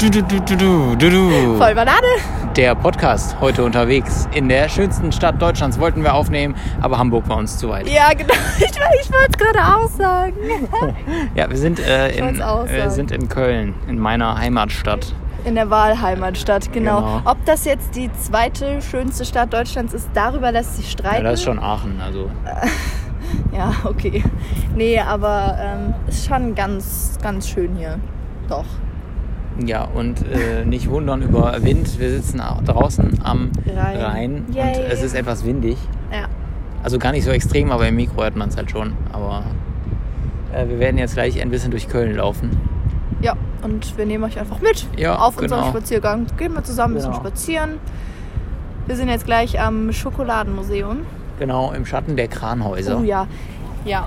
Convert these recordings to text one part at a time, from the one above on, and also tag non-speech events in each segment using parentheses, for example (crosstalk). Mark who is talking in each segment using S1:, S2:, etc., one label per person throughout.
S1: Du, du, du, du, du, du, du.
S2: Voll Banane.
S1: Der Podcast heute unterwegs in der schönsten Stadt Deutschlands wollten wir aufnehmen, aber Hamburg war uns zu weit.
S2: Ja, genau. (laughs) Ich, ich wollte es gerade aussagen.
S1: Ja, wir sind, äh, in,
S2: wollt's auch
S1: wir
S2: sagen.
S1: sind in Köln, in meiner Heimatstadt.
S2: In der Wahlheimatstadt, genau.
S1: Genau.
S2: Ob das jetzt die zweite schönste Stadt Deutschlands ist, darüber lässt sich streiten.
S1: Ja, das ist schon Aachen, also
S2: Ja, okay. Nee, aber ähm, ist schon ganz, ganz schön hier. Doch.
S1: Ja, und äh, nicht wundern über Wind. Wir sitzen au- draußen am
S2: Rhein.
S1: Rhein,
S2: Yay.
S1: und es ist etwas windig.
S2: Ja.
S1: Also gar nicht so extrem, aber im Mikro hört man es halt schon. Aber äh, wir werden jetzt gleich ein bisschen durch Köln laufen.
S2: Ja, und wir nehmen euch einfach mit
S1: Ja,
S2: auf
S1: genau.
S2: unserem Spaziergang. Gehen wir zusammen ein bisschen
S1: Genau.
S2: spazieren. Wir sind jetzt gleich am Schokoladenmuseum.
S1: Genau, im Schatten der Kranhäuser.
S2: Oh ja. Ja.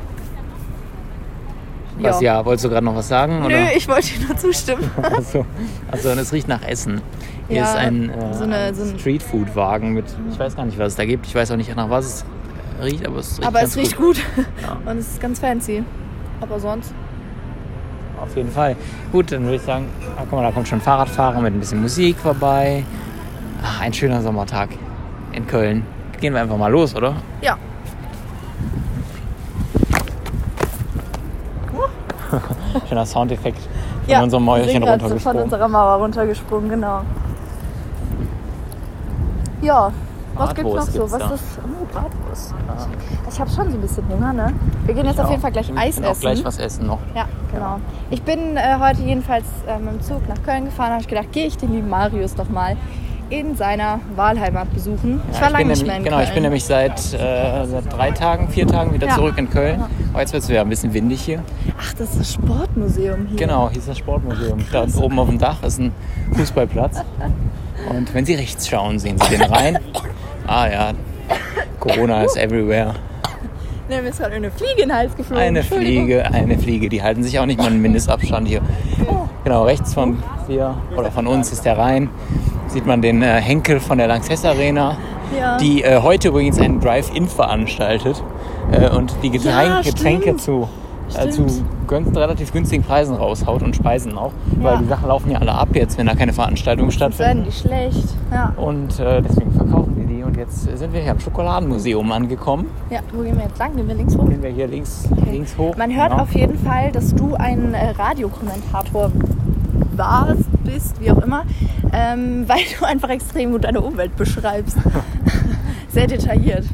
S1: Was
S2: Ja.
S1: ja, wolltest du gerade noch was sagen?
S2: Nö,
S1: oder?
S2: ich wollte dir nur zustimmen.
S1: Also, also und es riecht nach Essen. Hier
S2: Ja,
S1: ist ein, äh,
S2: so eine-
S1: ein
S2: so ein-
S1: Streetfood-Wagen mit, ich weiß gar nicht, was es da gibt. Ich weiß auch nicht, nach was es äh, riecht, aber es riecht
S2: Aber
S1: ganz
S2: es riecht gut.
S1: Ja.
S2: Und es ist ganz fancy. Aber sonst?
S1: Auf jeden Fall. Gut, dann würde ich sagen, ah, guck mal, da kommt schon ein Fahrradfahrer mit ein bisschen Musik vorbei. Ach, ein schöner Sommertag in Köln. Gehen wir einfach mal los, oder?
S2: Ja.
S1: Schöner Soundeffekt von
S2: ja.
S1: unserem
S2: wir
S1: Mäuerchen
S2: sind grad so Von
S1: runtergesprungen.
S2: unserer Mauer runtergesprungen, genau. Ja. Was gibt's noch
S1: Bratwurst
S2: so?
S1: gibt's
S2: Was
S1: da.
S2: ist. Oh, Bratwurst. Ah. Ich habe schon so ein bisschen Hunger, ne? Wir gehen jetzt auf jeden Fall gleich
S1: Ich
S2: Eis
S1: bin auch
S2: essen.
S1: gleich was essen noch.
S2: Ja, genau. Ich bin äh, heute jedenfalls äh, mit dem Zug nach Köln gefahren, habe ich gedacht, gehe ich den lieben Marius doch mal in seiner Wahlheimat besuchen. ich
S1: Ja,
S2: war lange
S1: bin
S2: nicht
S1: nämlich-
S2: mehr in
S1: Genau,
S2: Köln.
S1: ich bin nämlich seit, äh, seit drei Tagen, vier Tagen wieder
S2: Ja.
S1: zurück in Köln. Aber jetzt wird es wieder ein bisschen windig hier.
S2: Ach, das ist das Sportmuseum hier.
S1: Genau, hier ist das Sportmuseum. da oben auf dem Dach ist ein Fußballplatz. Und wenn Sie rechts schauen, sehen Sie den Rhein. Ah ja, Corona ist everywhere.
S2: Ne, mir ist gerade eine Fliege in den Hals geflogen.
S1: Eine
S2: Entschuldigung.
S1: Fliege, eine Fliege. Die halten sich auch nicht mal einen Mindestabstand hier. Genau, rechts von dir oder von uns ist der Rhein. Sieht man den äh, Henkel von der Lanxess Arena,
S2: Ja.
S1: die äh, heute übrigens einen Drive-In veranstaltet äh, und die Getränk
S2: Ja,
S1: Getränke
S2: stimmt.
S1: zu, äh, zu
S2: Stimmt.
S1: gön- relativ günstigen Preisen raushaut und Speisen auch. Weil
S2: Ja.
S1: die Sachen laufen ja alle ab jetzt, wenn da keine Veranstaltungen
S2: Werden
S1: stattfinden.
S2: die schlecht. Ja.
S1: Und äh, deswegen verkaufen die die. Und jetzt sind wir hier am Schokoladenmuseum angekommen.
S2: ja, wo gehen wir jetzt lang? Gehen wir links hoch?
S1: Oh. Gehen wir hier links, links hoch.
S2: Man hört
S1: Genau.
S2: auf jeden Fall, dass du ein äh, Radiokommentator warst, bist, wie auch immer, ähm, (laughs) weil du einfach extrem gut deine
S1: (laughs)
S2: Umwelt beschreibst. Sehr detailliert.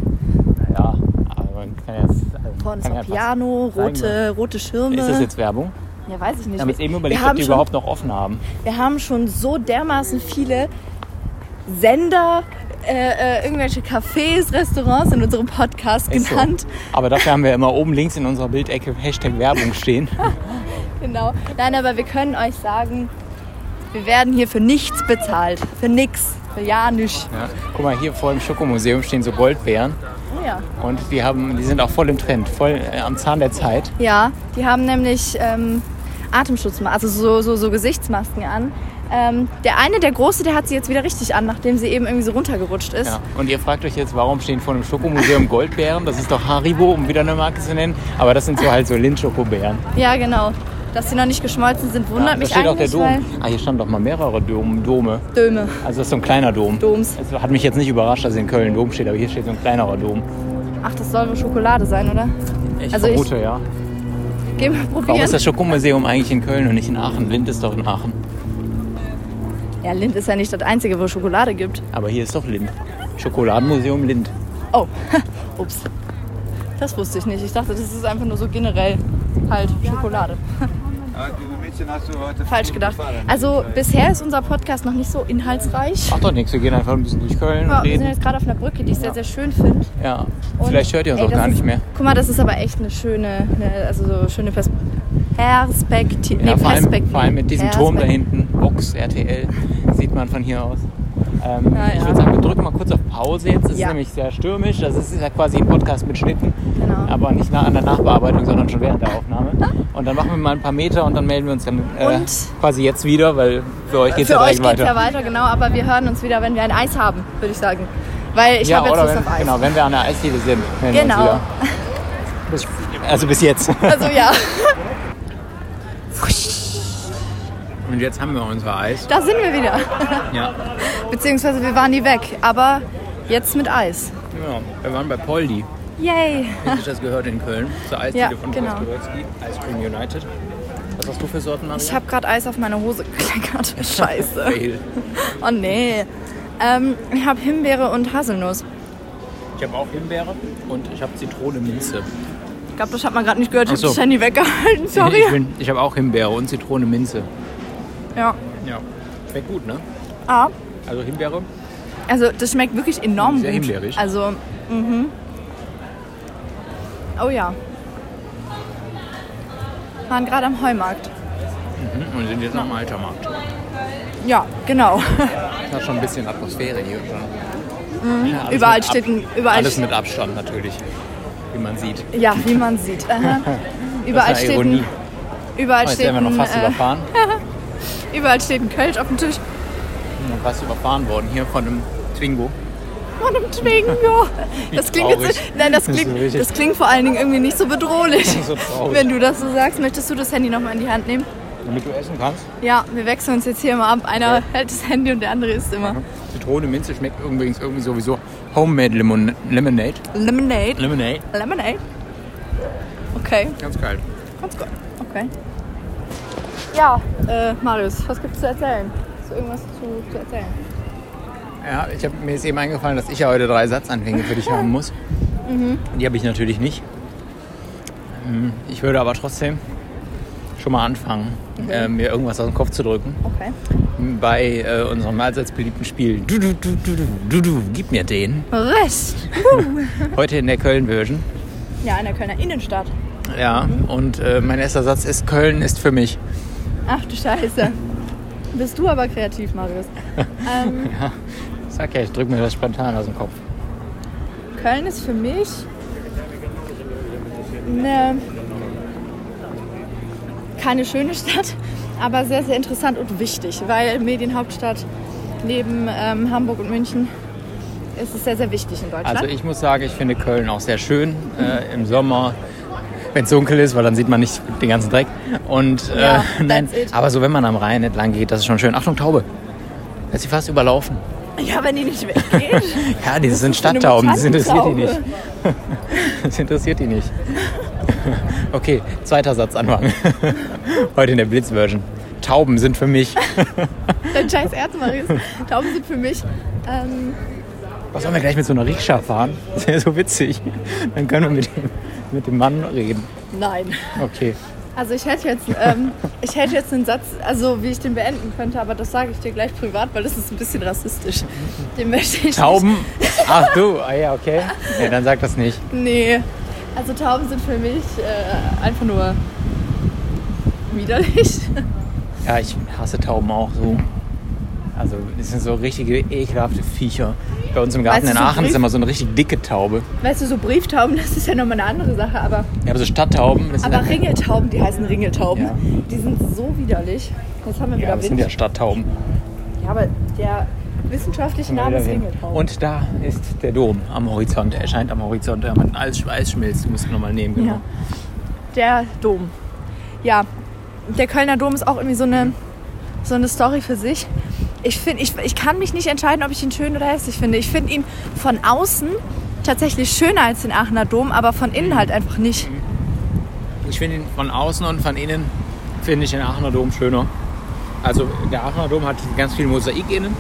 S1: Ja, aber man kann jetzt. Also
S2: Vorne ist
S1: kann ja
S2: ein
S1: fast-
S2: Piano,
S1: zeigen,
S2: rote, rote Schirme.
S1: Ist das jetzt Werbung?
S2: ja, weiß ich nicht.
S1: Wir haben jetzt eben überlegt,
S2: wir
S1: ob
S2: haben,
S1: die
S2: schon,
S1: überhaupt noch offen
S2: (laughs)
S1: haben.
S2: wir haben schon so dermaßen viele Sender, äh, äh, irgendwelche Cafés, Restaurants in unserem Podcast
S1: Ist so.
S2: genannt.
S1: Aber dafür haben wir immer oben links in unserer Bildecke Hashtag Werbung stehen.
S2: Genau. Nein, aber wir können euch sagen, wir werden hier für nichts bezahlt. Für nix. Für ja nichts.
S1: Ja. Guck mal, hier vor dem Schokomuseum stehen so Goldbären.
S2: Oh ja.
S1: Und die, haben, die sind auch voll im Trend, voll äh, am Zahn der Zeit.
S2: Ja, die haben nämlich ähm, Atemschutzmasken, also so, so, so Gesichtsmasken an. Ähm, der eine, der Große, der hat sie jetzt wieder richtig an, nachdem sie eben irgendwie so runtergerutscht ist.
S1: Ja. Und ihr fragt euch jetzt, warum stehen vor dem Schokomuseum Goldbären? Das ist doch Haribo, um wieder eine Marke zu nennen. Aber das sind so halt so Lindschokobären.
S2: Ja, genau. Dass sie noch nicht geschmolzen sind, wundert
S1: da
S2: mich
S1: steht auch der
S2: eigentlich,
S1: Dom. Ah, hier standen doch mal mehrere Dom, Dome.
S2: weil Döme.
S1: Also das ist so ein kleiner Dom.
S2: Doms.
S1: Es hat mich jetzt nicht überrascht, dass in Köln Dom steht, aber hier steht so ein kleinerer Dom.
S2: Ach, das soll wohl Schokolade sein, oder?
S1: Ich
S2: Also ich-
S1: vermute, ja.
S2: Gehen wir
S1: Warum ist
S2: probieren.
S1: das Schokomuseum eigentlich in Köln und nicht in Aachen? Lind ist doch in Aachen.
S2: Ja, Lind ist ja nicht das Einzige, wo Schokolade gibt.
S1: Aber hier ist doch Lind. Schokoladenmuseum Lind.
S2: Oh, (laughs) ups. Das wusste ich nicht. Ich dachte, das ist einfach nur so generell halt Schokolade.
S3: Ah, diese Mädchen hast du heute ne?
S2: Falsch gedacht. Also bisher ist unser Podcast noch nicht so inhaltsreich.
S1: Macht doch nichts, wir gehen einfach ein bisschen durch Köln
S2: Ja,
S1: und
S2: wir sind
S1: reden.
S2: jetzt gerade auf einer Brücke, die ich sehr, sehr schön finde.
S1: Ja. Vielleicht hört ihr uns auch gar nicht mehr.
S2: Guck mal, das ist aber echt eine schöne, eine, also so schöne Pers Perspektive.
S1: Ja,
S2: nee,
S1: vor, allem,
S2: Perspektive.
S1: vor allem mit diesem Turm da
S2: Perspekt-
S1: hinten, Box, RTL, sieht man von hier aus. Ähm,
S2: Ja,
S1: Ich
S2: ja.
S1: würde sagen, wir drücken mal kurz auf Pause jetzt. Es ist
S2: Ja.
S1: nämlich sehr stürmisch. Das ist ja quasi ein Podcast mit Schnitten.
S2: Genau.
S1: Aber nicht nach, an der Nachbearbeitung, sondern schon während der Aufnahme. Und dann machen wir mal ein paar Meter und dann melden wir uns dann äh,
S2: Und?
S1: quasi jetzt wieder, weil für euch geht es ja
S2: Für euch
S1: direkt
S2: geht's
S1: weiter.
S2: ja weiter, genau, aber wir hören uns wieder, wenn wir ein Eis haben, würde ich sagen. Weil ich
S1: ja,
S2: habe jetzt
S1: oder
S2: Lust
S1: wenn,
S2: auf Eis.
S1: genau, wenn wir an der Eisdiele sind. melden wir uns
S2: Genau.
S1: wieder. Bis, also bis jetzt.
S2: Also ja.
S1: Und jetzt haben wir unser Eis.
S2: Da sind wir wieder.
S1: Ja.
S2: Beziehungsweise wir waren nie weg, aber jetzt mit Eis.
S1: ja. Wir waren bei Poldi,
S2: Yay!
S1: wie sich das gehört in Köln, zur Eisdiele
S2: Ja,
S1: von
S2: genau.
S1: Thomas Turecki, Ice Cream United. Was hast du für Sorten, Maria?
S2: Ich habe gerade Eis auf meine Hose (laughs) gekleckert. Scheiße.
S1: Fail.
S2: Oh nee. Ähm, ich habe Himbeere und Haselnuss.
S1: Ich habe auch Himbeere und ich habe Zitrone Minze.
S2: Ich glaube, das hat man gerade nicht gehört. Ich
S1: Ach
S2: habe
S1: so.
S2: das Handy weggehalten.
S1: (laughs) Ich,
S2: Sorry.
S1: bin- ich habe auch Himbeere und Zitrone Minze.
S2: Ja.
S1: Ja. Schmeckt gut, ne?
S2: Ah,
S1: Also Himbeere.
S2: also das schmeckt wirklich enorm
S1: Sehr
S2: gut.
S1: himbeerig.
S2: Also, mhm. Oh ja. Waren gerade am Heumarkt.
S1: Mhm. Und sind jetzt am Altermarkt.
S2: Ja, genau. (laughs)
S1: Das hat schon ein bisschen Atmosphäre hier. Schon. Ja, alles
S2: Mhm. Überall
S1: mit Ab-
S2: steht ein- überall
S1: Alles
S2: steht-
S1: mit Abstand natürlich, wie man sieht.
S2: Ja, wie man sieht. Aha. Überall
S1: das ist eine
S2: steht
S1: Ironie.
S2: ein, überall
S1: Oh, jetzt
S2: steht
S1: werden wir noch fast
S2: ein,
S1: überfahren.
S2: äh, überall steht ein Kölsch auf dem Tisch.
S1: Wir sind fast überfahren worden hier von einem Twingo.
S2: Mann, im Twingo. Das klingt jetzt,
S1: traurig.
S2: nicht- nein, das
S1: Das ist
S2: klingt,
S1: richtig-
S2: das klingt vor allen Dingen irgendwie nicht so bedrohlich.
S1: ist (laughs) so traurig.
S2: Wenn du das so sagst, möchtest du das Handy nochmal in die Hand nehmen?
S1: Damit du essen kannst.
S2: Ja, wir wechseln uns jetzt hier mal ab. Einer hält das Handy und der andere isst immer.
S1: Mhm. Zitrone, Minze schmeckt übrigens irgendwie sowieso Homemade Limon Lemonade.
S2: Lemonade.
S1: Lemonade.
S2: Lemonade. Okay,
S1: Ganz kalt.
S2: ganz gut. Okay. Ja, äh, Marius, was gibt's zu erzählen? Hast du irgendwas zu, zu erzählen?
S1: Ja, ich hab, mir ist eben eingefallen, dass ich ja heute drei Satzanfänge für dich haben muss. Die habe ich natürlich nicht. Ähm, Ich würde aber trotzdem schon mal anfangen, äh, mir irgendwas aus dem Kopf zu drücken.
S2: Okay.
S1: Bei äh, unserem allseits beliebten Spiel. Du, du, du, du, du, du, du, gib mir den.
S2: Recht.
S1: Heute in der Köln-Version.
S2: Ja, in der Kölner Innenstadt.
S1: Ja, und äh, mein erster Satz ist: Köln ist für mich.
S2: Ach du Scheiße. Bist du aber kreativ, Marius. ähm,
S1: Sag ja, ich drück mir das spontan aus dem Kopf.
S2: Köln ist für mich eine, keine schöne Stadt, aber sehr, sehr interessant und wichtig, weil Medienhauptstadt neben ähm, Hamburg und München ist es sehr, sehr wichtig in Deutschland.
S1: Also, ich muss sagen, ich finde Köln auch sehr schön äh, im Sommer. Wenn es dunkel ist, weil dann sieht man nicht den ganzen Dreck. Und äh,
S2: Ja, that's
S1: (laughs) nein,
S2: it.
S1: aber so wenn man am Rhein entlang geht, das ist schon schön. Achtung, Taube. Ist sie fast überlaufen.
S2: ja, wenn die nicht weggeht.
S1: Ja, die sind
S2: eine
S1: Stadttauben, das interessiert die nicht.
S2: Mutantentaube.
S1: (laughs) Das interessiert die nicht. (laughs) Okay, zweiter Satzanfang. (laughs) Heute in der Blitzversion. Tauben sind für mich.
S2: (laughs) Dein scheiß Ernst, Marius. Tauben sind für mich... Ähm,
S1: Was sollen wir gleich mit so einer Rikscha fahren? (laughs) Das wäre so witzig. Dann können wir mit dem, mit dem Mann reden.
S2: nein.
S1: Okay.
S2: Also ich hätte jetzt, ähm, ich hätte jetzt einen Satz, also wie ich den beenden könnte, aber das sage ich dir gleich privat, weil das ist ein bisschen rassistisch. Den möchte ich
S1: Tauben. (laughs) Ach du, ah ja, okay. Ja, dann sag das nicht.
S2: nicht. Nee. Also Tauben sind für mich äh, einfach nur widerlich.
S1: Ja, ich hasse Tauben auch so. Also, das sind so richtige ekelhafte Viecher. Bei uns im Garten
S2: Weißt du,
S1: in
S2: so
S1: Aachen
S2: Brief-
S1: ist immer so eine richtig dicke Taube.
S2: Weißt du, so Brieftauben, das ist ja nochmal eine andere Sache, aber,
S1: Ja, aber so Stadttauben. Das sind
S2: aber
S1: ja-
S2: Ringeltauben, die heißen Ringeltauben,
S1: Ja.
S2: die sind so widerlich. Jetzt haben wir
S1: Ja,
S2: wieder
S1: das sind
S2: Wind.
S1: ja Stadttauben.
S2: ja, aber der wissenschaftliche Name ist Ringeltauben.
S1: Und da ist der Dom am Horizont. Er erscheint am Horizont. Er hat ein Eis, Eisschmelz. Du musst ihn nochmal nehmen. Genau.
S2: Ja. Der Dom. Ja, der Kölner Dom ist auch irgendwie so eine, so eine Story für sich. Ich, find, ich, ich kann mich nicht entscheiden, ob ich ihn schön oder hässlich finde. Ich finde ihn von außen tatsächlich schöner als den Aachener Dom, aber von
S1: Mhm.
S2: innen halt einfach nicht.
S1: Ich finde ihn von außen und von innen finde ich den Aachener Dom schöner. Also der Aachener Dom hat ganz viel Mosaik innen.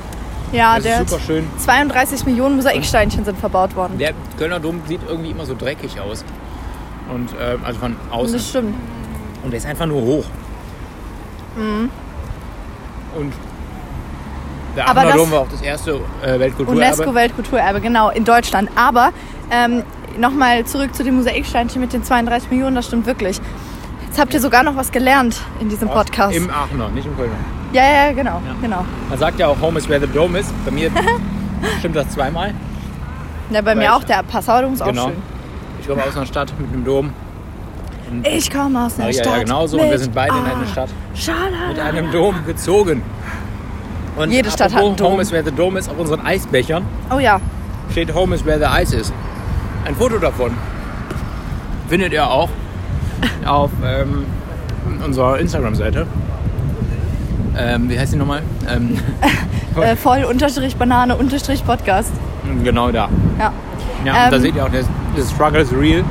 S2: Ja,
S1: Das
S2: Ah, der
S1: ist super
S2: hat
S1: schön.
S2: 32 Millionen Mosaiksteinchen sind verbaut worden.
S1: Der Kölner Dom sieht irgendwie immer so dreckig aus. Und ähm, also von außen.
S2: Das stimmt.
S1: Und der ist einfach nur hoch.
S2: Mhm.
S1: Und der
S2: Aber
S1: Aachener
S2: das-
S1: Dom war auch das erste äh, Weltkulturerbe.
S2: UNESCO-Weltkulturerbe, genau, in Deutschland. Aber ähm, nochmal zurück zu dem Mosaiksteinchen mit den 32 Millionen, das stimmt wirklich. Jetzt habt ihr sogar noch was gelernt in diesem Podcast.
S1: Im Aachener, nicht im Kölner.
S2: Ja, ja, ja, genau, genau.
S1: Man sagt ja auch, Home is where the Dome is. Bei
S2: (laughs)
S1: mir stimmt das zweimal.
S2: Ja, bei
S1: Weil-
S2: mir auch, der Passauer Dom ist
S1: Genau.
S2: auch schön.
S1: Ich komme aus einer Stadt mit einem Dom.
S2: Ich komme aus einer
S1: Maria
S2: Stadt.
S1: ja genauso.
S2: mit Ah.
S1: Und wir sind beide in
S2: A.
S1: eine Stadt
S2: Schala.
S1: mit einem Dom gezogen. Und
S2: Jede Stadt hat einen
S1: apropos
S2: Dom.
S1: Home is where the Dome is. Auf unseren Eisbechern
S2: Oh ja,
S1: steht Home is where the Ice is. Ein Foto davon findet ihr
S2: (laughs)
S1: auch auf ähm, unserer Instagram-Seite. ähm, wie heißt die nochmal? Ähm,
S2: Äh, voll unterstrich Banane unterstrich Podcast.
S1: (laughs) genau da.
S2: Ja.
S1: Ja, und da
S2: Ähm.
S1: seht ihr auch, der, der Struggle is real.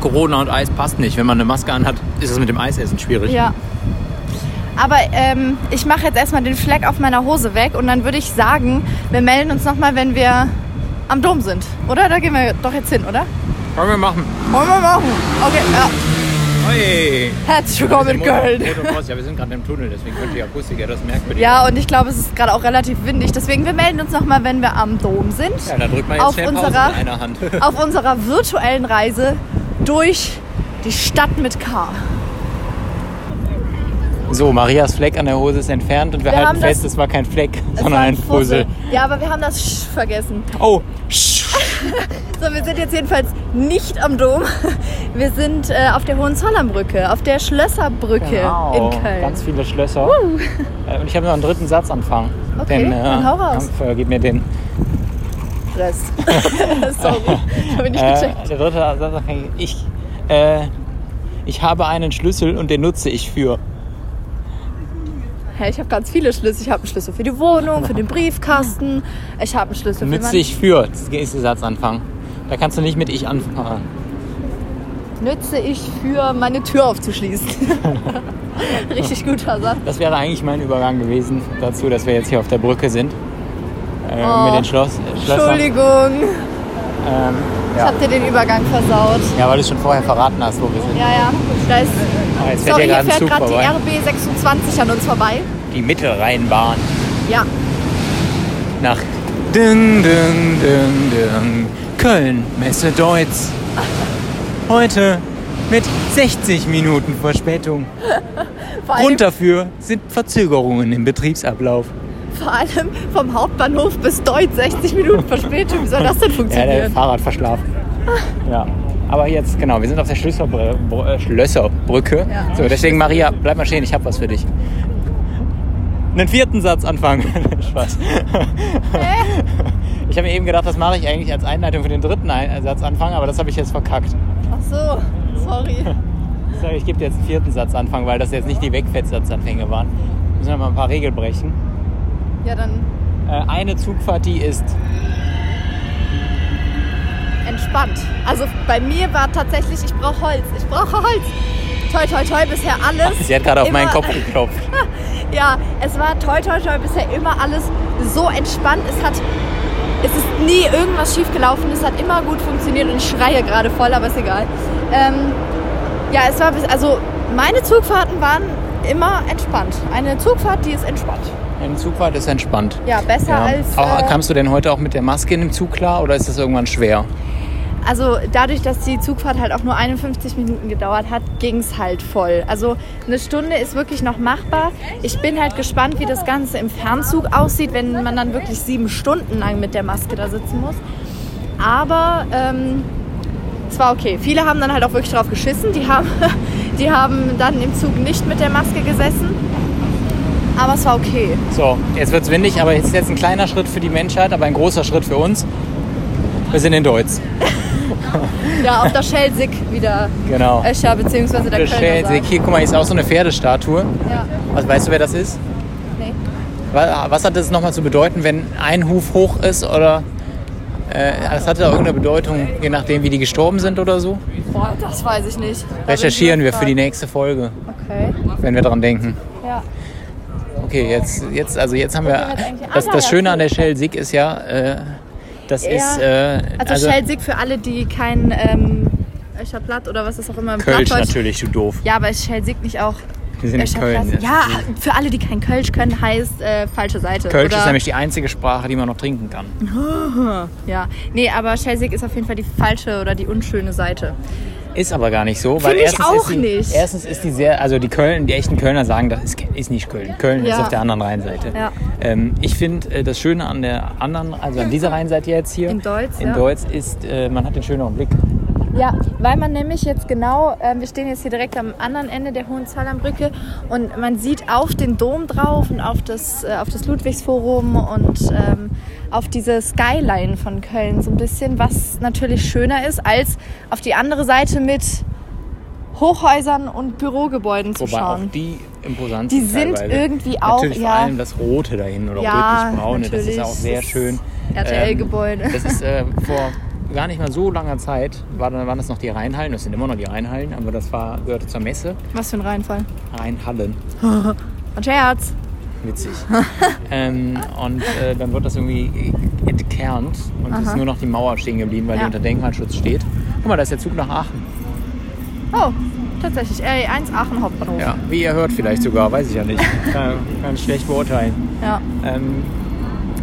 S1: Corona und Eis passt nicht. Wenn man eine Maske anhat, ist es mit dem Eisessen schwierig.
S2: Ja. Aber ähm, ich mache jetzt erstmal den Fleck auf meiner Hose weg und dann würde ich sagen, wir melden uns nochmal, wenn wir am Dom sind. Oder? Da gehen wir doch jetzt hin, oder?
S1: Wollen wir machen.
S2: Wollen wir machen. Okay, ja.
S1: Hey.
S2: Herzlich willkommen in Köln.
S1: Ja, wir sind gerade im Tunnel, deswegen könnte die Akustik ja das merkwürdig
S2: Ja, und ich glaube, es ist gerade auch relativ windig. Deswegen, wir melden uns nochmal, wenn wir am Dom sind.
S1: Ja, da drückt man jetzt
S2: auf
S1: schnell Pause
S2: unserer-
S1: mit einer Hand.
S2: (laughs) Auf unserer virtuellen Reise durch die Stadt mit K.
S1: So, Marias Fleck an der Hose ist entfernt und wir,
S2: Wir
S1: halten
S2: haben das-
S1: fest, es war kein Fleck,
S2: Es
S1: sondern
S2: war
S1: ein Fussel.
S2: Ja, aber wir haben das Sch vergessen.
S1: Oh,
S2: So, wir sind jetzt jedenfalls nicht am Dom. (laughs) Wir sind äh, auf der Hohenzollernbrücke, auf der Schlösserbrücke
S1: genau.
S2: in Köln.
S1: Ganz viele Schlösser. Äh, Und ich habe noch einen dritten Satz anfangen.
S2: Okay,
S1: den,
S2: dann hau raus.
S1: Kampfer, gib mir den.
S2: Rest. (laughs) Sorry,
S1: (laughs)
S2: habe ich nicht
S1: Äh,
S2: gecheckt.
S1: der dritte Satz anfangen. Ich, äh, ich habe einen Schlüssel und den nutze ich für.
S2: Hä, ich habe ganz viele Schlüssel. Ich habe einen Schlüssel für die Wohnung, für den Briefkasten. Ich habe einen Schlüssel für
S1: Nütze
S2: mein-
S1: ich für. Das ist der Satz anfangen. Da kannst du nicht mit ich anfangen.
S2: nütze ich für meine Tür aufzuschließen. (laughs) Richtig guter Satz.
S1: Das wäre eigentlich mein Übergang gewesen dazu, dass wir jetzt hier auf der Brücke sind. Äh,
S2: Oh.
S1: Mit den Schloss, Schlössern.
S2: Entschuldigung,
S1: Ähm,
S2: ich
S1: ja.
S2: habe dir den Übergang versaut.
S1: ja, weil du schon vorher verraten hast, wo wir sind.
S2: Ja, ja, da ist.
S1: Ah, jetzt fährt hier
S2: Sorry, hier
S1: gerade ein
S2: fährt
S1: Zug
S2: gerade die
S1: vorbei.
S2: RB 26 an uns vorbei.
S1: Die Mittelrheinbahn
S2: Ja,
S1: nach dün, dün, dün, dün. Köln, Messe Deutz. Heute mit 60 Minuten Verspätung.
S2: vor allem,
S1: Grund dafür sind Verzögerungen im Betriebsablauf.
S2: vor allem vom Hauptbahnhof bis Deutsch 60 Minuten Verspätung. Wie soll das
S1: (laughs)
S2: denn
S1: Ja, der
S2: funktionieren?
S1: Fahrrad verschlafen. Ja. Aber jetzt, genau, wir sind auf der Schlösserbr Br- äh, Schlösserbrücke.
S2: Ja.
S1: So, deswegen, Maria, bleib mal stehen, ich hab was für dich. Einen vierten Satz anfangen. (laughs) Spaß. Ich habe mir eben gedacht, das mache ich eigentlich als Einleitung für den dritten Ein äh, Satz anfangen, aber das habe ich jetzt verkackt.
S2: Ach so, sorry.
S1: So, ich gebe dir jetzt einen vierten Satz anfangen, weil das jetzt nicht die Wegfettsatzanfänge waren. Müssen wir mal ein paar Regeln brechen.
S2: Ja, dann
S1: Äh, eine Zugfahrt, die ist.
S2: entspannt. Also bei mir war tatsächlich, ich brauche Holz. Ich brauche Holz. Toi, toi, toi, bisher alles.
S1: Sie hat gerade auf meinen
S2: Immer-
S1: Kopf
S2: (laughs)
S1: geklopft.
S2: Ja, es war toi toi toi bisher immer alles so entspannt. Es hat es ist nie irgendwas schief gelaufen. Es hat immer gut funktioniert und ich schreie gerade voll, aber ist egal. Ähm, ja, es war bis, also meine Zugfahrten waren immer entspannt. Eine Zugfahrt, die ist entspannt.
S1: Eine Zugfahrt ist entspannt.
S2: Ja, besser als
S1: Auch,
S2: äh,
S1: kamst du denn heute auch mit der Maske in dem Zug klar oder ist das irgendwann schwer?
S2: also dadurch, dass die Zugfahrt halt auch nur 51 Minuten gedauert hat, ging es halt voll. Also eine Stunde ist wirklich noch machbar. Ich bin halt gespannt, wie das Ganze im Fernzug aussieht, wenn man dann wirklich sieben Stunden lang mit der Maske da sitzen muss. Aber ähm, es war okay. Viele haben dann halt auch wirklich drauf geschissen. Die haben, (laughs) die haben dann im Zug nicht mit der Maske gesessen. Aber es war okay.
S1: So, jetzt wird's windig, aber jetzt ist jetzt ein kleiner Schritt für die Menschheit, aber ein großer Schritt für uns. Wir sind in Deutsch.
S2: Ja, auf der Schelsig wieder
S1: Genau.
S2: Öscher, beziehungsweise der Kölner
S1: Schelsig. Hier, guck mal, hier ist auch so eine Pferdestatue.
S2: Saal. Ja.
S1: Was, weißt du, wer das ist?
S2: Nee.
S1: Wa- Was hat das nochmal zu bedeuten, wenn ein Huf hoch ist oder äh, das hatte auch irgendeine Bedeutung, je nachdem, wie die gestorben sind oder so?
S2: Boah, das weiß ich nicht. Da bin ich
S1: Recherchieren wir für die
S2: überfragt.
S1: nächste Folge,
S2: Okay.
S1: wenn wir dran denken.
S2: Ja.
S1: Okay, jetzt, jetzt, also jetzt haben wir.
S2: hat eigentlich-
S1: Das,
S2: Ah,
S1: das
S2: ja,
S1: Schöne an
S2: cool.
S1: der Shell Sig ist ja, äh, das ist. Äh,
S2: Also, Schelsig für alle, die kein ähm, Öscher Platt oder was ist auch immer im
S1: Kölsch
S2: Plattdeutsch-
S1: natürlich, du doof.
S2: Ja, aber ist Schelsig nicht auch
S1: Wir sind in
S2: Öscher
S1: Köln.
S2: Platt? Ja, für alle, die kein Kölsch können, heißt äh, falsche Seite.
S1: Kölsch
S2: oder?
S1: ist nämlich die einzige Sprache, die man noch trinken kann.
S2: Ja. Nee, aber Schelsig ist auf jeden Fall die falsche oder die unschöne Seite.
S1: Ist aber gar nicht so, weil
S2: Finde ich
S1: erstens
S2: auch
S1: ist die,
S2: nicht.
S1: Erstens ist die sehr, also die Köln, die echten Kölner sagen, das ist, ist nicht Köln. Köln ist
S2: Ja.
S1: auf der anderen Rheinseite.
S2: Ja.
S1: Ähm, ich finde äh, das Schöne an der anderen, also an dieser Rheinseite jetzt hier.
S2: In Deutz,
S1: In
S2: ja.
S1: Deutz ist, äh, man hat den schöneren Blick.
S2: Ja, weil man nämlich jetzt genau, ähm, wir stehen jetzt hier direkt am anderen Ende der Hohenzollernbrücke und man sieht auf den Dom drauf und auf das, äh, auf das Ludwigsforum und ähm, auf diese Skyline von Köln so ein bisschen, was natürlich schöner ist, als auf die andere Seite mit Hochhäusern und Bürogebäuden zu
S1: Wobei auch
S2: schauen.
S1: die imposant
S2: Die
S1: sind
S2: sind
S1: teilweise.
S2: irgendwie auch,
S1: Natürlich vor
S2: ja.
S1: allem das Rote dahin oder
S2: Ja,
S1: rötlich-braune, das ist
S2: natürlich.
S1: ja auch sehr
S2: Das ist
S1: schön.
S2: RTL-Gebäude.
S1: Ähm, das ist äh, vor gar nicht mal so langer Zeit, war, dann- waren das noch die Rheinhallen, das sind immer noch die Rheinhallen, aber das war, gehörte zur Messe.
S2: Was für ein Reinfall.
S1: Rheinhallen,
S2: Ein Scherz. (laughs)
S1: witzig. ähm, und äh, dann wird das irgendwie entkernt und es ist nur noch die Mauer stehen geblieben, weil
S2: Ja.
S1: die unter Denkmalschutz steht. Guck mal, da ist der Zug nach Aachen.
S2: Oh, tatsächlich. RE1 Aachen Hauptbahnhof.
S1: Ja, wie ihr hört vielleicht sogar, weiß ich ja (laughs) nicht. Kann, kann ich schlecht beurteilen.
S2: Ja.
S1: Ähm,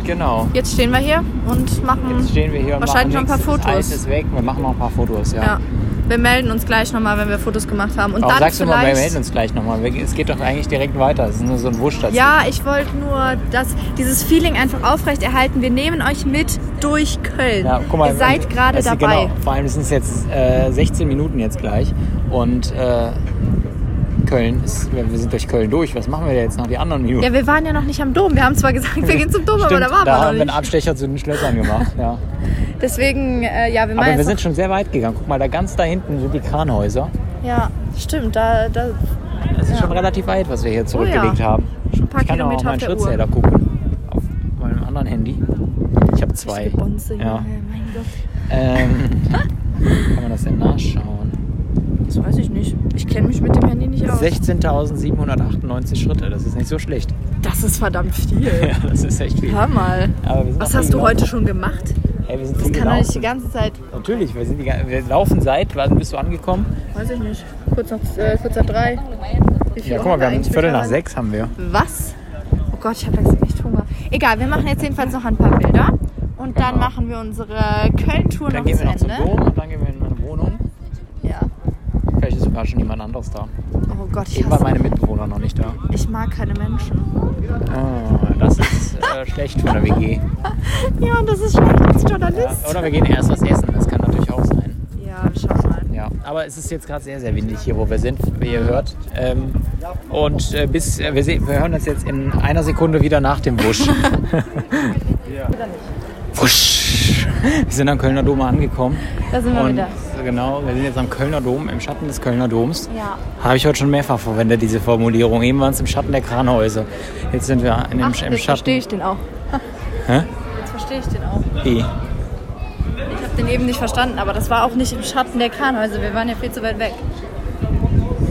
S1: genau.
S2: Jetzt stehen wir hier und machen.
S1: Jetzt stehen wir hier und
S2: Wahrscheinlich noch
S1: machen
S2: ein paar
S1: nichts. Das
S2: Fotos.
S1: Eis ist weg, wir machen noch ein paar Fotos, ja.
S2: ja. Wir melden uns gleich nochmal, wenn wir Fotos gemacht haben. Und
S1: Aber
S2: dann
S1: sagst du mal, wir
S2: vielleicht.
S1: melden uns gleich nochmal. Wir- Es geht doch eigentlich direkt weiter. Es ist nur so ein Wusch dazu.
S2: Ja, ich wollte nur das, dieses Feeling einfach aufrechterhalten. Wir nehmen euch mit durch Köln.
S1: Ja, guck mal,
S2: Ihr seid
S1: und-
S2: gerade
S1: also
S2: dabei.
S1: Genau, vor allem sind es jetzt äh, 16 Minuten jetzt gleich. Und äh, Köln ist, wir wir sind durch Köln durch. Was machen wir denn jetzt noch die anderen Minuten?
S2: Ja, wir waren ja noch nicht am Dom. Wir haben zwar gesagt, wir gehen zum Dom, aber
S1: Stimmt,
S2: da waren
S1: da haben
S2: wir
S1: wir einen
S2: noch nicht.
S1: Abstecher zu den Schlössern gemacht.
S2: (laughs)
S1: Ja.
S2: Deswegen, äh, ja, wir machen
S1: Aber wir
S2: jetzt
S1: sind schon sehr weit gegangen. Guck mal, da ganz da hinten sind die Kranhäuser.
S2: noch, Ja, stimmt. Da, da
S1: Das ist schon relativ weit, was wir hier zurückgelegt
S2: Oh ja.
S1: haben.
S2: Schon ein paar
S1: ich kann auch auf
S2: Kilometer
S1: meinen
S2: auf der Uhr.
S1: Schrittzähler gucken. Auf meinem anderen Handy. Ich habe zwei.
S2: ist die Bonze, Junge.
S1: Ja.
S2: Mein Gott.
S1: Ähm,
S2: (laughs)
S1: kann man das denn nachschauen?
S2: Das weiß ich nicht. Ich kenne mich mit dem Handy nicht aus.
S1: 16.798 Schritte, das ist nicht so schlecht.
S2: Das ist verdammt viel.
S1: Ja, das ist echt viel.
S2: Hör mal.
S1: Aber wir sind
S2: Was
S1: auch
S2: hast du
S1: gelaufen.
S2: heute schon gemacht?
S1: Ey, wir sind
S2: Das
S1: viel
S2: kann doch nicht die
S1: gelaufen.
S2: ganze Zeit.
S1: Natürlich, wir, sind die, ga- wir laufen seit, wann bist du angekommen?
S2: Weiß ich nicht. Kurz nach, äh, kurz nach drei. Wie viel
S1: Ja,
S2: Uhr
S1: guck mal, wir haben
S2: eigentlich
S1: Viertel nach
S2: mittlerweile?
S1: sechs haben wir.
S2: Was? Oh Gott, ich habe langsam echt Hunger. Egal, wir machen jetzt jedenfalls noch ein paar Bilder. Und dann
S1: Genau.
S2: machen wir unsere Köln-Tour
S1: Dann
S2: noch
S1: gehen
S2: zu
S1: wir noch zum
S2: Ende.
S1: Dom und dann gehen wir in meine Wohnung.
S2: Ja.
S1: Vielleicht ist sogar schon jemand anderes da.
S2: Oh Gott, ich,
S1: Eben war
S2: hasse,
S1: meine Mitbewohner noch nicht da.
S2: ich mag keine Menschen.
S1: (laughs) Ah, das ist äh, schlecht von der WG.
S2: Ja, das ist schlecht als
S1: Ja,
S2: Journalist.
S1: oder wir gehen erst was essen, das kann natürlich auch sein.
S2: Ja, wir schauen mal.
S1: Ja, aber es ist jetzt gerade sehr, sehr windig hier, wo wir sind, wie ihr hört. Ähm, und äh, bis äh, wir, sehen, wir hören uns jetzt in einer Sekunde wieder nach dem
S2: (laughs)
S1: Wusch. Wusch! Wir sind am Kölner Dom angekommen.
S2: Da sind wir
S1: und
S2: wieder.
S1: genau, wir sind jetzt am Kölner Dom, im Schatten des Kölner Doms.
S2: Ja.
S1: Habe ich heute schon mehrfach verwendet, diese Formulierung. Eben waren es im Schatten der Kranhäuser. Jetzt sind wir in dem,
S2: Ach,
S1: im
S2: jetzt verstehe
S1: Schatten.
S2: ich den auch.
S1: Hä?
S2: Jetzt verstehe ich den auch.
S1: Wie?
S2: Ich habe den eben nicht verstanden, aber das war auch nicht im Schatten der Kranhäuser. Wir waren ja viel zu weit weg.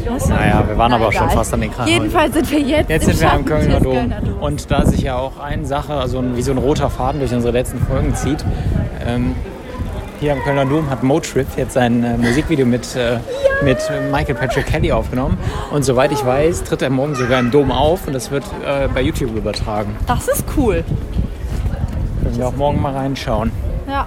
S2: Was?
S1: Naja, wir waren
S2: Na,
S1: aber auch schon
S2: egal.
S1: fast an den Kranhäusern.
S2: Jedenfalls sind wir jetzt,
S1: Jetzt
S2: im
S1: sind wir am
S2: Schatten
S1: Kölner
S2: des
S1: Dom.
S2: Kölner Doms.
S1: Und da sich ja auch eine Sache, also ein- wie so ein roter Faden durch unsere letzten Folgen zieht, ähm, hier am Kölner Dom hat Motrip jetzt sein äh, Musikvideo mit, äh, mit Michael Patrick Kelly aufgenommen. Und soweit ich weiß, tritt er morgen sogar im Dom auf und das wird äh, bei YouTube übertragen.
S2: das ist cool.
S1: Können wir auch morgen mal reinschauen.
S2: Ja,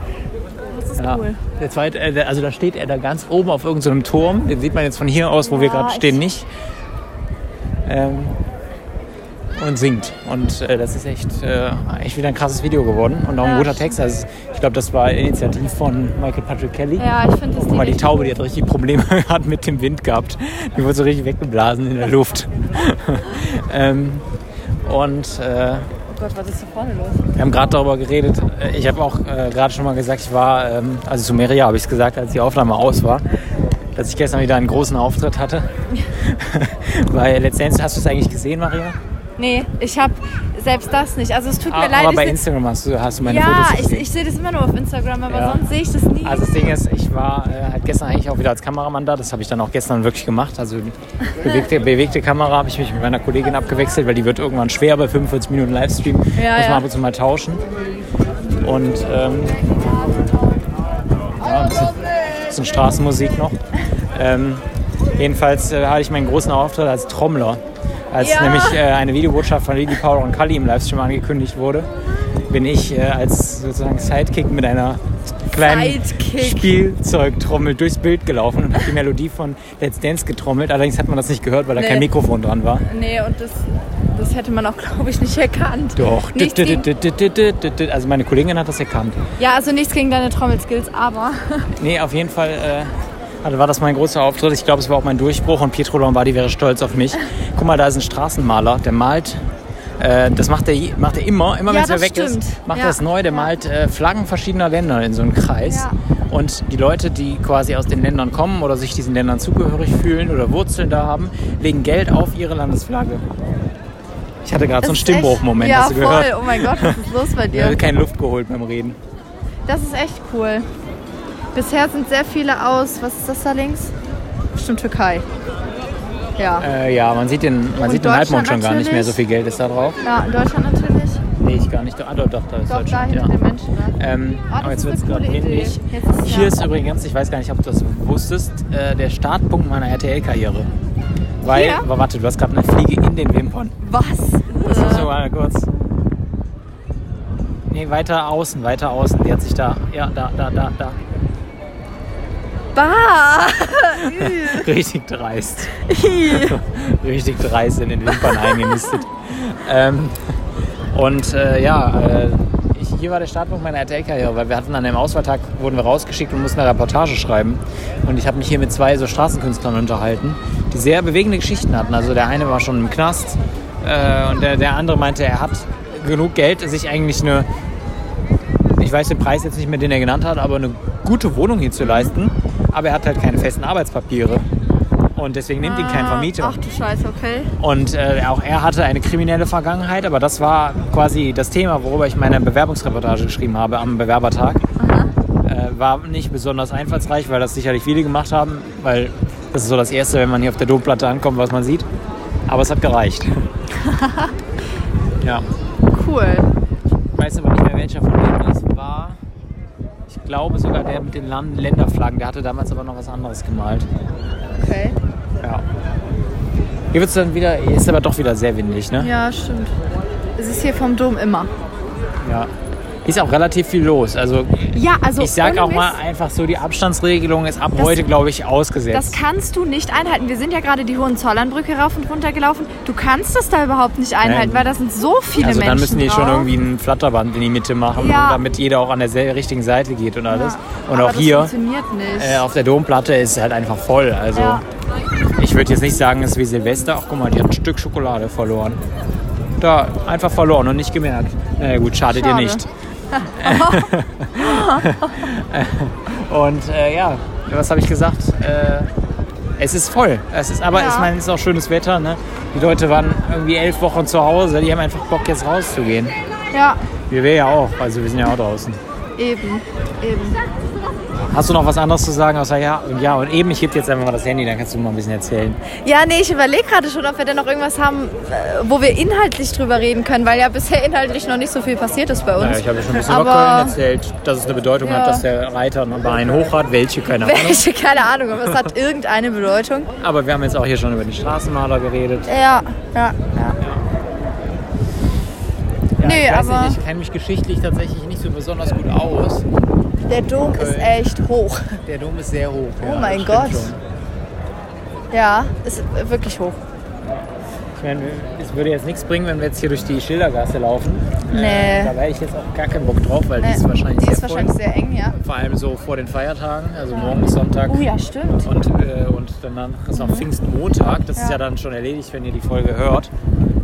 S2: das ist
S1: Ja.
S2: cool.
S1: Der zweite, äh, der- also da steht er da ganz oben auf irgendeinem Turm. Den sieht man jetzt von hier aus, wo wir
S2: Ja,
S1: gerade
S2: ich-
S1: stehen, nicht. Ähm, und singt. Und äh, das ist echt, äh, echt wieder ein krasses Video geworden. Und auch ein
S2: Ja,
S1: guter
S2: stimmt.
S1: Text. Also ich glaube, das war Initiativ von Michael Patrick Kelly.
S2: Ja, ich finde das
S1: Guck mal, die
S2: echt
S1: Taube, die hat richtig Probleme (laughs) hat mit dem Wind gehabt. Die wurde so richtig weggeblasen in der Luft. (laughs) ähm, und äh,
S2: Oh Gott, was ist da vorne los?
S1: wir haben gerade darüber geredet. Äh, Ich habe auch äh, gerade schon mal gesagt, ich war, ähm, also zu Meria habe ich es gesagt, als die Aufnahme aus war, dass ich gestern wieder einen großen Auftritt
S2: (laughs)
S1: hatte. Weil letztendlich hast du es eigentlich gesehen, Maria.
S2: Nee, ich habe selbst das nicht. Also es tut mir
S1: Aber,
S2: leid.
S1: aber Ah, bei
S2: ich seh-
S1: Instagram hast du, hast du meine
S2: ja,
S1: Fotos
S2: ich,
S1: gesehen.
S2: ich sehe das immer nur auf Instagram, aber
S1: Ja.
S2: sonst sehe ich das nie.
S1: Also das Ding ist, ich war äh, halt gestern eigentlich auch wieder als Kameramann da. Das habe ich dann auch gestern wirklich gemacht. Also
S2: (laughs)
S1: die bewegte, bewegte Kamera habe ich mich mit meiner Kollegin abgewechselt, weil die wird irgendwann schwer bei 45 Minuten Livestream.
S2: Ja,
S1: Muss man
S2: ja.
S1: ab und zu mal tauschen. Und ähm, ja, ein bisschen, bisschen Straßenmusik noch. Ähm, jedenfalls äh, hatte ich meinen großen Auftritt als Trommler. Als
S2: Ja.
S1: nämlich äh, eine Videobotschaft von Lady Paul und Kali im Livestream angekündigt wurde, bin ich äh, als sozusagen Sidekick mit einer kleinen
S2: Sidekick.
S1: Spielzeugtrommel durchs Bild gelaufen und habe die Melodie von Let's Dance getrommelt. Allerdings hat man das nicht gehört, weil da
S2: Nee.
S1: kein Mikrofon dran war.
S2: nee, und das, das hätte man auch, (laughs) glaube ich, nicht erkannt.
S1: Doch.
S2: Nichts gegen,
S1: Also meine Kollegin hat das erkannt.
S2: ja, also nichts gegen deine Trommelskills, aber (laughs)
S1: Nee, auf jeden Fall äh, also war das mein großer Auftritt. Ich glaube, es war auch mein Durchbruch und Pietro Lombardi wäre stolz auf mich. Guck mal, da ist ein Straßenmaler, der malt Äh, das macht er, je- macht er immer, immer
S2: Ja,
S1: wenn es
S2: das
S1: weg ist,
S2: stimmt.
S1: macht
S2: Ja.
S1: er es neu. Der
S2: Ja.
S1: malt äh, Flaggen verschiedener Länder in so einen Kreis.
S2: Ja.
S1: Und die Leute, die quasi aus den Ländern kommen oder sich diesen Ländern zugehörig fühlen oder Wurzeln da haben, legen Geld auf ihre Landesflagge. Ich hatte gerade so einen
S2: Das ist echt-
S1: Stimmbruchmoment,
S2: Ja,
S1: hast du gehört?
S2: voll. Oh mein Gott, was ist los
S1: (laughs)
S2: bei
S1: Ich
S2: dir?
S1: habe keine Luft geholt beim Reden.
S2: Das ist echt cool. Bisher sind sehr viele aus, was ist das da links? Bestimmt Türkei. Ja.
S1: Äh, ja, man sieht den, man
S2: Und
S1: sieht den Halbmond
S2: Deutschland
S1: schon gar nicht mehr,
S2: natürlich.
S1: so viel Geld ist da drauf.
S2: Ja, in Deutschland natürlich.
S1: Nee, ich gar nicht. Ah, doch, doch, da ist
S2: Doch, da
S1: Deutschland.
S2: hinter
S1: Ja.
S2: den Menschen. Ne?
S1: Ähm,
S2: Ah, das
S1: aber jetzt
S2: ist
S1: wird es
S2: eine
S1: gerade
S2: coole Idee.
S1: ähnlich.
S2: Jetzt ist-
S1: Hier
S2: ja.
S1: ist übrigens, ich weiß gar nicht, ob du das wusstest, äh, der Startpunkt meiner RTL-Karriere. Weil,
S2: Hier?
S1: aber warte, du hast gerade eine Fliege in den Wimpern.
S2: Was?
S1: Das müssen wir mal kurz. Nee, weiter außen, weiter außen. Die hat sich da, ja, da, da, da, da. (laughs)
S2: Bah!
S1: Richtig dreist. Richtig dreist in den Wimpern eingenistet. ähm, und äh, ja, äh, ich, hier war der Startpunkt meiner RTL-Karriere, weil wir hatten an dem Auswahltag, wurden wir rausgeschickt und mussten eine Reportage schreiben. Und ich habe mich hier mit zwei so Straßenkünstlern unterhalten, die sehr bewegende Geschichten hatten. Also der eine war schon im Knast äh, und der, der andere meinte, er hat genug Geld, sich eigentlich eine, ich weiß den Preis jetzt nicht mehr, den er genannt hat, aber eine gute Wohnung hier zu leisten. Aber er hat halt keine festen Arbeitspapiere. Und deswegen nimmt ihn kein Vermieter.
S2: Ah, Ach du Scheiße, okay.
S1: Und äh, auch er hatte eine kriminelle Vergangenheit, aber das war quasi das Thema, worüber ich meine Bewerbungsreportage geschrieben habe am Bewerbertag. Äh, war nicht besonders einfallsreich, weil das sicherlich viele gemacht haben, weil das ist so das Erste, wenn man hier auf der Domplatte ankommt, was man sieht. Aber es hat gereicht. ja.
S2: Cool.
S1: Ich weiß aber nicht mehr, welcher von denen das war. Ich glaube sogar der mit den Lan- Länderflaggen. Der hatte damals aber noch was anderes gemalt.
S2: Okay.
S1: Ja. Hier wird es dann wieder, hier ist aber doch wieder sehr windig, ne?
S2: Ja, stimmt. Es ist hier vom Dom immer.
S1: Ja. Ist auch relativ viel los. Also
S2: Ja, also
S1: ich sag
S2: ohne
S1: auch mal
S2: Mist,
S1: einfach so, die Abstandsregelung ist ab
S2: Das-
S1: heute, glaube ich,
S2: das
S1: ausgesetzt.
S2: kannst du nicht einhalten. Wir sind ja gerade die Hohenzollernbrücke rauf und runter gelaufen. Du kannst das da überhaupt nicht einhalten,
S1: Nein.
S2: weil da sind so viele
S1: also
S2: Menschen.
S1: dann müssen die
S2: drauf.
S1: schon irgendwie ein Flatterband in die Mitte machen,
S2: Ja.
S1: damit jeder auch an der sel- richtigen Seite geht und alles.
S2: Ja,
S1: Und
S2: aber
S1: auch
S2: das
S1: hier
S2: funktioniert nicht.
S1: äh, auf der Domplatte ist halt einfach voll. Also
S2: Ja.
S1: ich würde jetzt nicht sagen, es ist wie Silvester. Ach guck mal, die hat ein Stück Schokolade verloren. Da, einfach verloren und nicht gemerkt. Na ja, gut, schadet ihr
S2: Schade. (laughs)
S1: nicht. und äh, ja, was habe ich gesagt? Äh, es ist voll. Es ist, aber
S2: Ja.
S1: ich meine, es ist auch schönes Wetter. Ne? Die Leute waren irgendwie elf Wochen zu Hause. Die haben einfach Bock, jetzt rauszugehen.
S2: Ja,
S1: Wir, wir ja auch. Also wir sind ja auch draußen.
S2: eben. Eben.
S1: Hast du noch was anderes zu sagen außer ja und ja und eben? Ich heb jetzt einfach mal das Handy, dann kannst du mal ein bisschen erzählen.
S2: Ja, nee, ich überlege gerade schon, ob wir denn noch irgendwas haben, äh, wo wir inhaltlich drüber reden können, weil ja bisher inhaltlich noch nicht so viel passiert ist bei uns.
S1: Naja, Äh, ich habe ja schon ein bisschen
S2: Aber- (laughs)
S1: über Köln erzählt, dass es eine Bedeutung
S2: Ja.
S1: hat, dass der Reiter ein Bein hoch hat. Welche, keine Ahnung.
S2: Welche, keine Ahnung, aber es hat irgendeine Bedeutung.
S1: Aber wir haben jetzt auch hier schon über den Straßenmaler geredet.
S2: Ja, ja, ja.
S1: Ja,
S2: Nee,
S1: ich weiß
S2: aber-
S1: nicht, ich kenne mich geschichtlich tatsächlich nicht so besonders gut aus.
S2: Der Dom ist echt hoch.
S1: Der Dom ist sehr hoch.
S2: Oh mein
S1: das stimmt
S2: Gott.
S1: schon.
S2: Ja, ist wirklich hoch.
S1: Ich meine, es würde jetzt nichts bringen, wenn wir jetzt hier durch die Schildergasse laufen.
S2: Nee.
S1: Äh, da wäre ich jetzt auch gar keinen Bock drauf, weil die ist wahrscheinlich
S2: Die
S1: sehr
S2: ist wahrscheinlich
S1: voll.
S2: sehr eng, ja.
S1: Vor allem so vor den Feiertagen, also morgen ist Sonntag.
S2: Oh ja, stimmt.
S1: Und, äh, und danach ist
S2: Mhm.
S1: noch Pfingstmontag. Das ist ja dann schon erledigt, wenn ihr die Folge hört.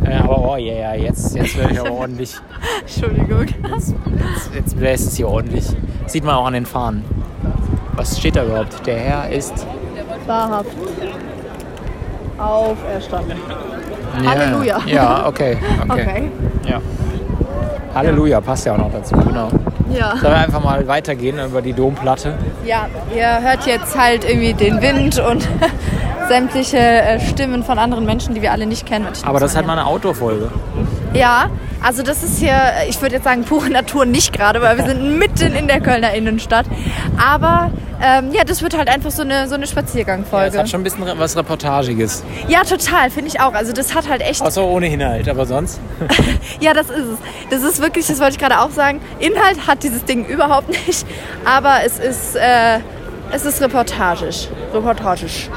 S1: Äh, aber oh ja, ja, jetzt, jetzt werde ich
S2: (laughs)
S1: aber ordentlich.
S2: Entschuldigung.
S1: Jetzt, jetzt bläst es hier ordentlich. Sieht man auch an den Fahnen. Was steht da überhaupt? Der Herr ist.
S2: Wahrhaft. Auferstanden. Halleluja.
S1: Ja, okay. Okay.
S2: Okay.
S1: Ja. Halleluja, passt ja auch noch dazu, genau.
S2: Ja.
S1: Sollen wir einfach mal weitergehen über die Domplatte?
S2: Ja, ihr hört jetzt halt irgendwie den Wind und (laughs) sämtliche äh, Stimmen von anderen Menschen, die wir alle nicht kennen. Und ich
S1: Aber das ist
S2: muss
S1: halt
S2: mal
S1: mal eine Outdoor-Folge.
S2: Ja, also das ist hier, ich würde jetzt sagen, pure Natur nicht gerade, weil wir
S1: (laughs)
S2: sind mitten in der Kölner Innenstadt. Aber ähm, ja, das wird halt einfach so eine, so eine
S1: Ja, es
S2: Spaziergangfolge.
S1: hat schon ein bisschen re- was Reportagiges.
S2: Ja, total, finde ich auch. Also das hat halt echt,
S1: Außer ohne Inhalt, aber sonst.
S2: ja, das ist es. Das ist wirklich, das wollte ich gerade auch sagen, Inhalt hat dieses Ding überhaupt (laughs) nicht, aber es ist, äh, es ist reportagisch. Reportagisch.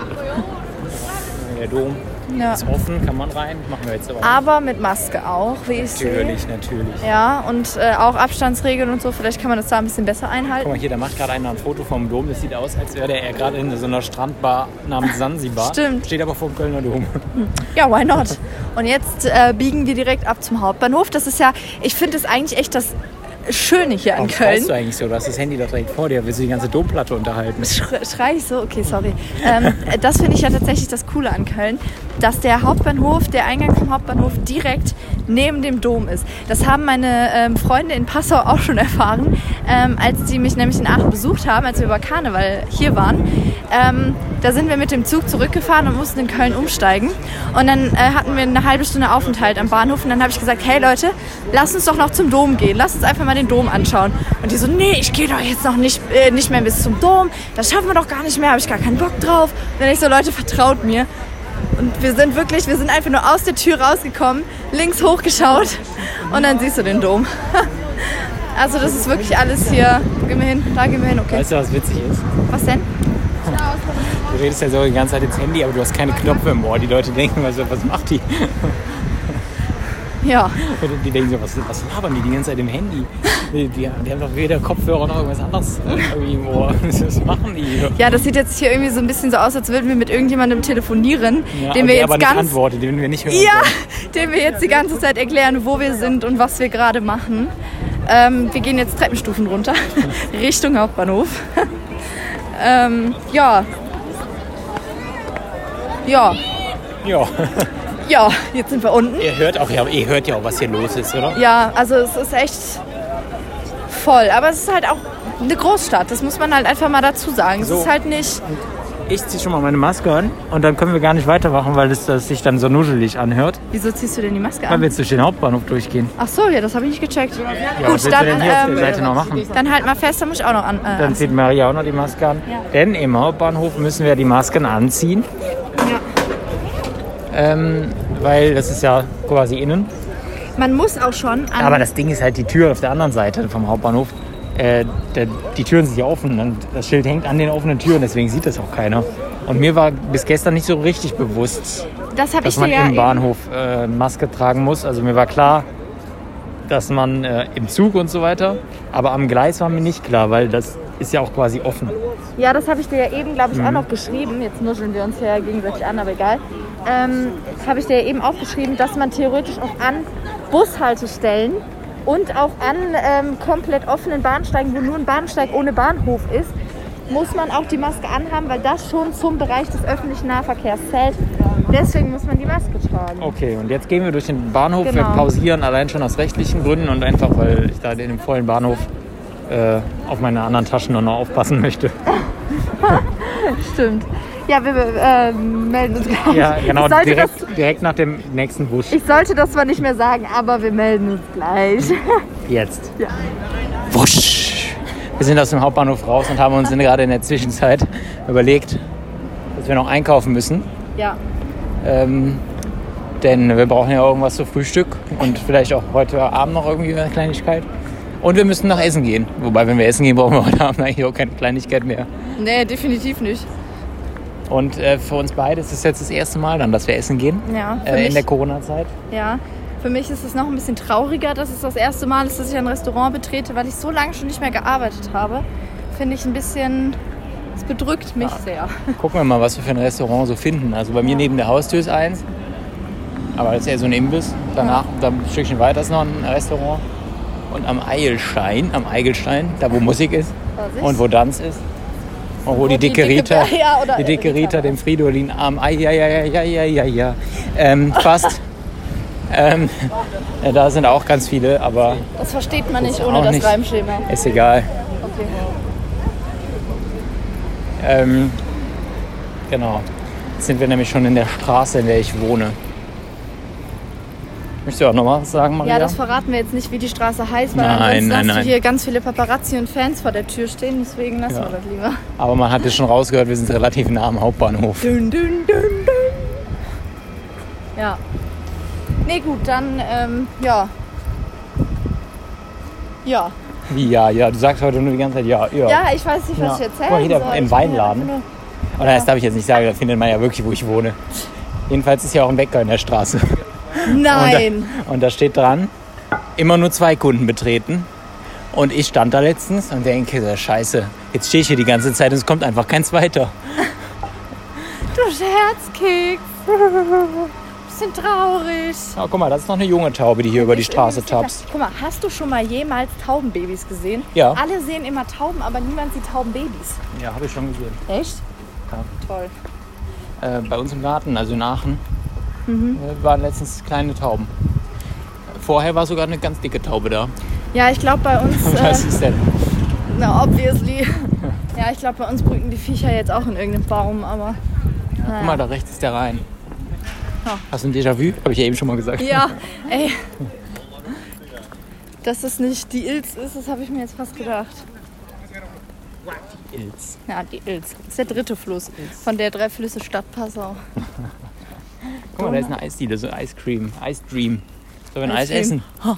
S1: Der Dom.
S2: Ja.
S1: Ist offen, kann man rein, machen wir jetzt aber nicht.
S2: Aber mit Maske auch, wie ich sehe.
S1: Natürlich, natürlich.
S2: Ja, und äh, auch Abstandsregeln und so. Vielleicht kann man das da ein bisschen besser
S1: Guck
S2: einhalten.
S1: mal hier, da macht gerade einer ein Foto vom Dom. Das sieht aus, als wäre er gerade in so einer Strandbar namens Sansibar.
S2: Stimmt.
S1: Steht aber vor dem Kölner Dom.
S2: Ja, why not? Und jetzt äh, biegen wir direkt ab zum Hauptbahnhof. Das ist ja, ich finde es eigentlich echt das Schöne hier an
S1: Warum
S2: Köln.
S1: schreist du eigentlich so? Du hast das Handy da direkt vor dir. Willst du die ganze Domplatte unterhalten?
S2: Schre- Schrei ich so? Okay, sorry. Ähm, (laughs) das finde ich ja tatsächlich das Coole an Köln, dass der Hauptbahnhof, der Eingang vom Hauptbahnhof direkt neben dem Dom ist. Das haben meine ähm, Freunde in Passau auch schon erfahren, ähm, als die mich nämlich in Aachen besucht haben, als wir über Karneval hier waren. Ähm, da sind wir mit dem Zug zurückgefahren und mussten in Köln umsteigen. Und dann äh, hatten wir eine halbe Stunde Aufenthalt am Bahnhof und dann habe ich gesagt, hey Leute, lasst uns doch noch zum Dom gehen. Lasst uns einfach mal den Dom anschauen. Und die so, nee, ich gehe doch jetzt noch nicht, äh, nicht mehr bis zum Dom. Das schaffen wir doch gar nicht mehr, habe ich gar keinen Bock drauf. Und dann ich so, Leute, vertraut mir. Und wir sind wirklich, wir sind einfach nur aus der Tür rausgekommen, links hochgeschaut und dann siehst du den Dom. (laughs) Also das ist wirklich alles hier. Gehen wir hin, da gehen wir hin, okay.
S1: Weißt du, was witzig ist?
S2: Was denn?
S1: Du redest ja so die ganze Zeit ins Handy, aber du hast keine Knöpfe im Ohr. Die Leute denken, was, was macht die?
S2: Ja,
S1: Die denken so, was, was labern die die ganze Zeit im Handy? Die, die, die haben doch weder Kopfhörer noch irgendwas anderes irgendwie im Ohr. (laughs) Was machen die?
S2: Ja, das sieht jetzt hier irgendwie so ein bisschen so aus, als würden wir mit irgendjemandem telefonieren,
S1: Ja,
S2: dem
S1: die
S2: wir jetzt
S1: aber nicht
S2: ganz
S1: antworten, den wir nicht hören.
S2: ja,
S1: können.
S2: (laughs) dem wir jetzt die ganze Zeit erklären, wo wir sind und was wir gerade machen. Ähm, wir gehen jetzt Treppenstufen runter (laughs) Richtung Hauptbahnhof. (laughs) ähm, ja. Ja,
S1: Ja.
S2: ja, jetzt sind wir unten.
S1: Ihr hört auch, ja, ihr hört ja auch, was hier los ist, oder?
S2: Ja, also es ist echt voll, aber es ist halt auch eine Großstadt, das muss man halt einfach mal dazu sagen. Es
S1: So.
S2: ist halt nicht
S1: Ich ziehe schon mal meine Maske an und dann können wir gar nicht weitermachen, weil es das sich dann so nuschelig anhört,
S2: Wieso ziehst du denn die Maske
S1: weil
S2: an?
S1: wir jetzt durch den Hauptbahnhof durchgehen.
S2: Ach so, ja, das habe ich nicht gecheckt.
S1: was willst
S2: dann,
S1: du denn hier auf der
S2: ähm,
S1: Seite noch machen?
S2: Dann halt mal fest, da muss ich auch noch an. Äh,
S1: Dann zieht Maria auch noch die Maske an. Denn im Hauptbahnhof müssen wir die Masken anziehen. Ähm, weil das ist ja quasi innen.
S2: man muss auch schon an.
S1: Aber das Ding ist halt die Tür auf der anderen Seite vom Hauptbahnhof. Äh, der, die Türen sind ja offen und das Schild hängt an den offenen Türen, deswegen sieht das auch keiner. Und mir war bis gestern nicht so richtig bewusst,
S2: das habe
S1: dass
S2: ich dir
S1: man
S2: ja.
S1: im Bahnhof äh, Maske tragen muss. Also mir war klar, dass man äh, im Zug und so weiter, aber am Gleis war mir nicht klar, weil das ist ja auch quasi offen.
S2: Ja, das habe ich dir ja eben, glaube
S1: Mhm.
S2: ich, auch noch geschrieben. Jetzt nuscheln wir uns ja gegenseitig an, aber egal. Ähm, das habe ich dir ja eben auch geschrieben, dass man theoretisch auch an Bushaltestellen und auch an ähm, komplett offenen Bahnsteigen, wo nur ein Bahnsteig ohne Bahnhof ist, muss man auch die Maske anhaben, weil das schon zum Bereich des öffentlichen Nahverkehrs zählt. Deswegen muss man die Maske tragen.
S1: Okay, und jetzt gehen wir durch den Bahnhof. Wir
S2: Genau.
S1: pausieren allein schon aus rechtlichen Gründen und einfach, weil ich da in dem vollen Bahnhof äh, auf meine anderen Taschen noch aufpassen
S2: (laughs)
S1: möchte.
S2: Stimmt. Ja, wir äh, melden uns gleich.
S1: Ja, (laughs) genau,
S2: ich, sollte das,
S1: direkt, direkt nach dem nächsten Bus.
S2: ich sollte das zwar nicht mehr sagen, aber wir melden uns gleich.
S1: Jetzt. Ja. Wusch. Wir sind aus dem Hauptbahnhof raus und haben uns in- gerade in der Zwischenzeit überlegt, dass wir noch einkaufen müssen.
S2: Ja.
S1: Ähm, denn wir brauchen ja irgendwas zu Frühstück und vielleicht auch heute Abend noch irgendwie eine Kleinigkeit. Und wir müssen nach Essen gehen. Wobei, wenn wir essen gehen, brauchen wir heute Abend eigentlich auch keine Kleinigkeit mehr.
S2: Nee, definitiv nicht.
S1: Und äh, für uns beide ist es jetzt das erste Mal dann, dass wir essen gehen.
S2: Ja, für
S1: Äh, in
S2: mich-
S1: der Corona-Zeit.
S2: Ja. Für mich ist es noch ein bisschen trauriger, dass es das erste Mal ist, dass ich ein Restaurant betrete, weil ich so lange schon nicht mehr gearbeitet habe. Finde ich ein bisschen. Es bedrückt mich sehr.
S1: Gucken wir mal, was wir für ein Restaurant so finden. Also bei mir neben der Haustür ist eins. Aber das ist eher so ein Imbiss. Danach, dann ein Stückchen weiter ist noch ein Restaurant. Und am Eigelstein, am Eigelstein, da wo Musik ist
S2: Vorsicht.
S1: und wo Tanz ist. Und wo, die
S2: die
S1: dicke
S2: dicke
S1: Rita,
S2: Bär- (laughs) ja, oder
S1: die dicke
S2: Rita
S1: Rita
S2: war
S1: dem Fridolin am Ei, ja, ja, ja, ja, ja, ja, ja, ähm, fast. ähm, ja, da sind auch ganz viele, aber
S2: Das versteht man nicht
S1: Ist
S2: ohne
S1: auch
S2: das
S1: nicht-
S2: Reimschema.
S1: ist egal.
S2: Okay.
S1: Ähm, genau. Jetzt sind wir nämlich schon in der Straße, in der ich wohne. Möchtest du auch noch mal was sagen, Maria?
S2: Ja, das verraten wir jetzt nicht, wie die Straße heißt, weil
S1: Nein,
S2: ansonsten
S1: nein,
S2: hast
S1: nein.
S2: du hier ganz viele Paparazzi und Fans vor der Tür stehen, deswegen lassen
S1: Ja.
S2: wir das lieber.
S1: Aber man hat es schon rausgehört, wir sind relativ nah am Hauptbahnhof.
S2: Dün, dün, dün, dün. Ja. Nee, gut, dann, ähm, ja. Ja.
S1: Wie, ja, ja. Du sagst heute nur die ganze Zeit, ja, ja.
S2: Ja, ich weiß nicht, was
S1: Ja.
S2: ich erzählen
S1: Guck mal, hier der-
S2: soll.
S1: im
S2: Ich bin ja
S1: Weinladen.
S2: einfach nur-
S1: Oder das darf ich jetzt nicht sagen, da findet man ja wirklich, wo ich wohne. Jedenfalls ist ja auch ein Wecker in der Straße.
S2: Nein.
S1: Und da, und da steht dran, immer nur zwei Kunden betreten. Und ich stand da letztens und denke, so, scheiße, jetzt stehe ich hier die ganze Zeit und es kommt einfach kein zweiter.
S2: Du Scherzkeks. (laughs) Bisschen traurig.
S1: Oh, guck mal, das ist noch eine junge Taube, die hier über die
S2: Ist
S1: Straße
S2: irgendwie ein bisschen
S1: tapst.
S2: klar. Guck mal, hast du schon mal jemals Taubenbabys gesehen?
S1: Ja.
S2: Alle sehen immer Tauben, aber niemand sieht Taubenbabys.
S1: Ja, habe ich schon gesehen.
S2: Echt?
S1: Ja.
S2: Toll.
S1: Äh, bei uns im Garten, also in Aachen,
S2: Mhm.
S1: äh, waren letztens kleine Tauben. Vorher war sogar eine ganz dicke Taube da.
S2: Ja, ich
S1: (laughs)
S2: glaube bei uns,
S1: Was
S2: äh,
S1: ist denn? (laughs)
S2: na obviously. ja, ich glaube bei uns brüten die Viecher jetzt auch in irgendeinem Baum, aber
S1: Guck mal, da rechts ist der Rhein.
S2: Ja.
S1: Hast du ein Déjà-vu? Habe ich ja eben schon mal gesagt.
S2: ja, ey. Dass das nicht die Ilz ist, das habe ich mir jetzt fast gedacht.
S1: Ilz.
S2: Ja, die Ilz. Das ist der dritte Fluss von der drei Flüsse Stadt Passau.
S1: Guck mal, da ist eine Eisdiele, so Ice Cream, Ice Dream. Sollen wir ein Eis
S2: Ice Cream.
S1: essen?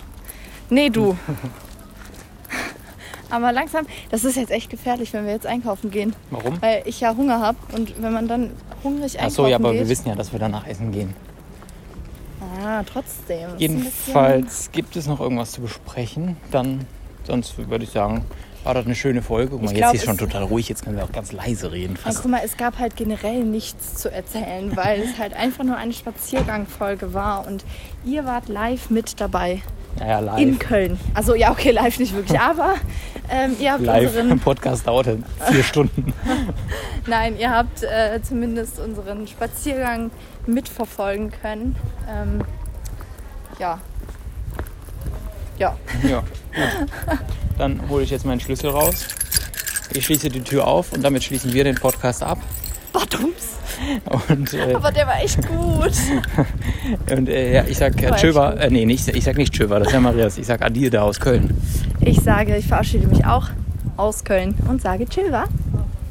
S1: (laughs)
S2: Nee, du. Aber langsam, das ist jetzt echt gefährlich, wenn wir jetzt einkaufen gehen,
S1: Warum?
S2: weil ich ja Hunger habe und wenn man dann hungrig
S1: Ach
S2: einkaufen
S1: so, ja, aber
S2: geht,
S1: wir wissen ja, dass wir danach essen gehen.
S2: Ah, trotzdem. Das ist ein
S1: Jedenfalls gibt es noch irgendwas zu besprechen. Dann, sonst würde ich sagen, war das eine schöne Folge. Guck mal,
S2: Ich
S1: jetzt
S2: glaub,
S1: ist schon
S2: es-
S1: total ruhig. Jetzt können wir auch ganz leise reden.
S2: Bisschen,
S1: Fast.
S2: aber guck mal, es gab halt generell nichts zu erzählen, weil es halt einfach nur eine Spaziergangfolge war und ihr wart live mit dabei
S1: Ja, ja,
S2: in
S1: live.
S2: Köln. Also ja, okay, live nicht
S1: (laughs)
S2: wirklich, aber ähm, ihr habt
S1: Live.
S2: unseren
S1: Im (laughs) Podcast dauerte vier Stunden.
S2: Nein, ihr habt äh, zumindest unseren Spaziergang mitverfolgen können. Ähm, ja. Ja.
S1: ja, gut. Dann hole ich jetzt meinen Schlüssel raus. Ich schließe die Tür auf und damit schließen wir den Podcast ab.
S2: Bottoms.
S1: Und, äh,
S2: (laughs) Aber der war
S1: (laughs)
S2: echt gut.
S1: und äh, ja, ich sag äh,
S2: War echt
S1: Tschöver. Äh, nee, nicht, ich sag nicht Tschöver, das ist ja Marias. Ich sag Adil da aus Köln.
S2: Ich sage, ich verabschiede mich auch aus Köln und sage Tschüss.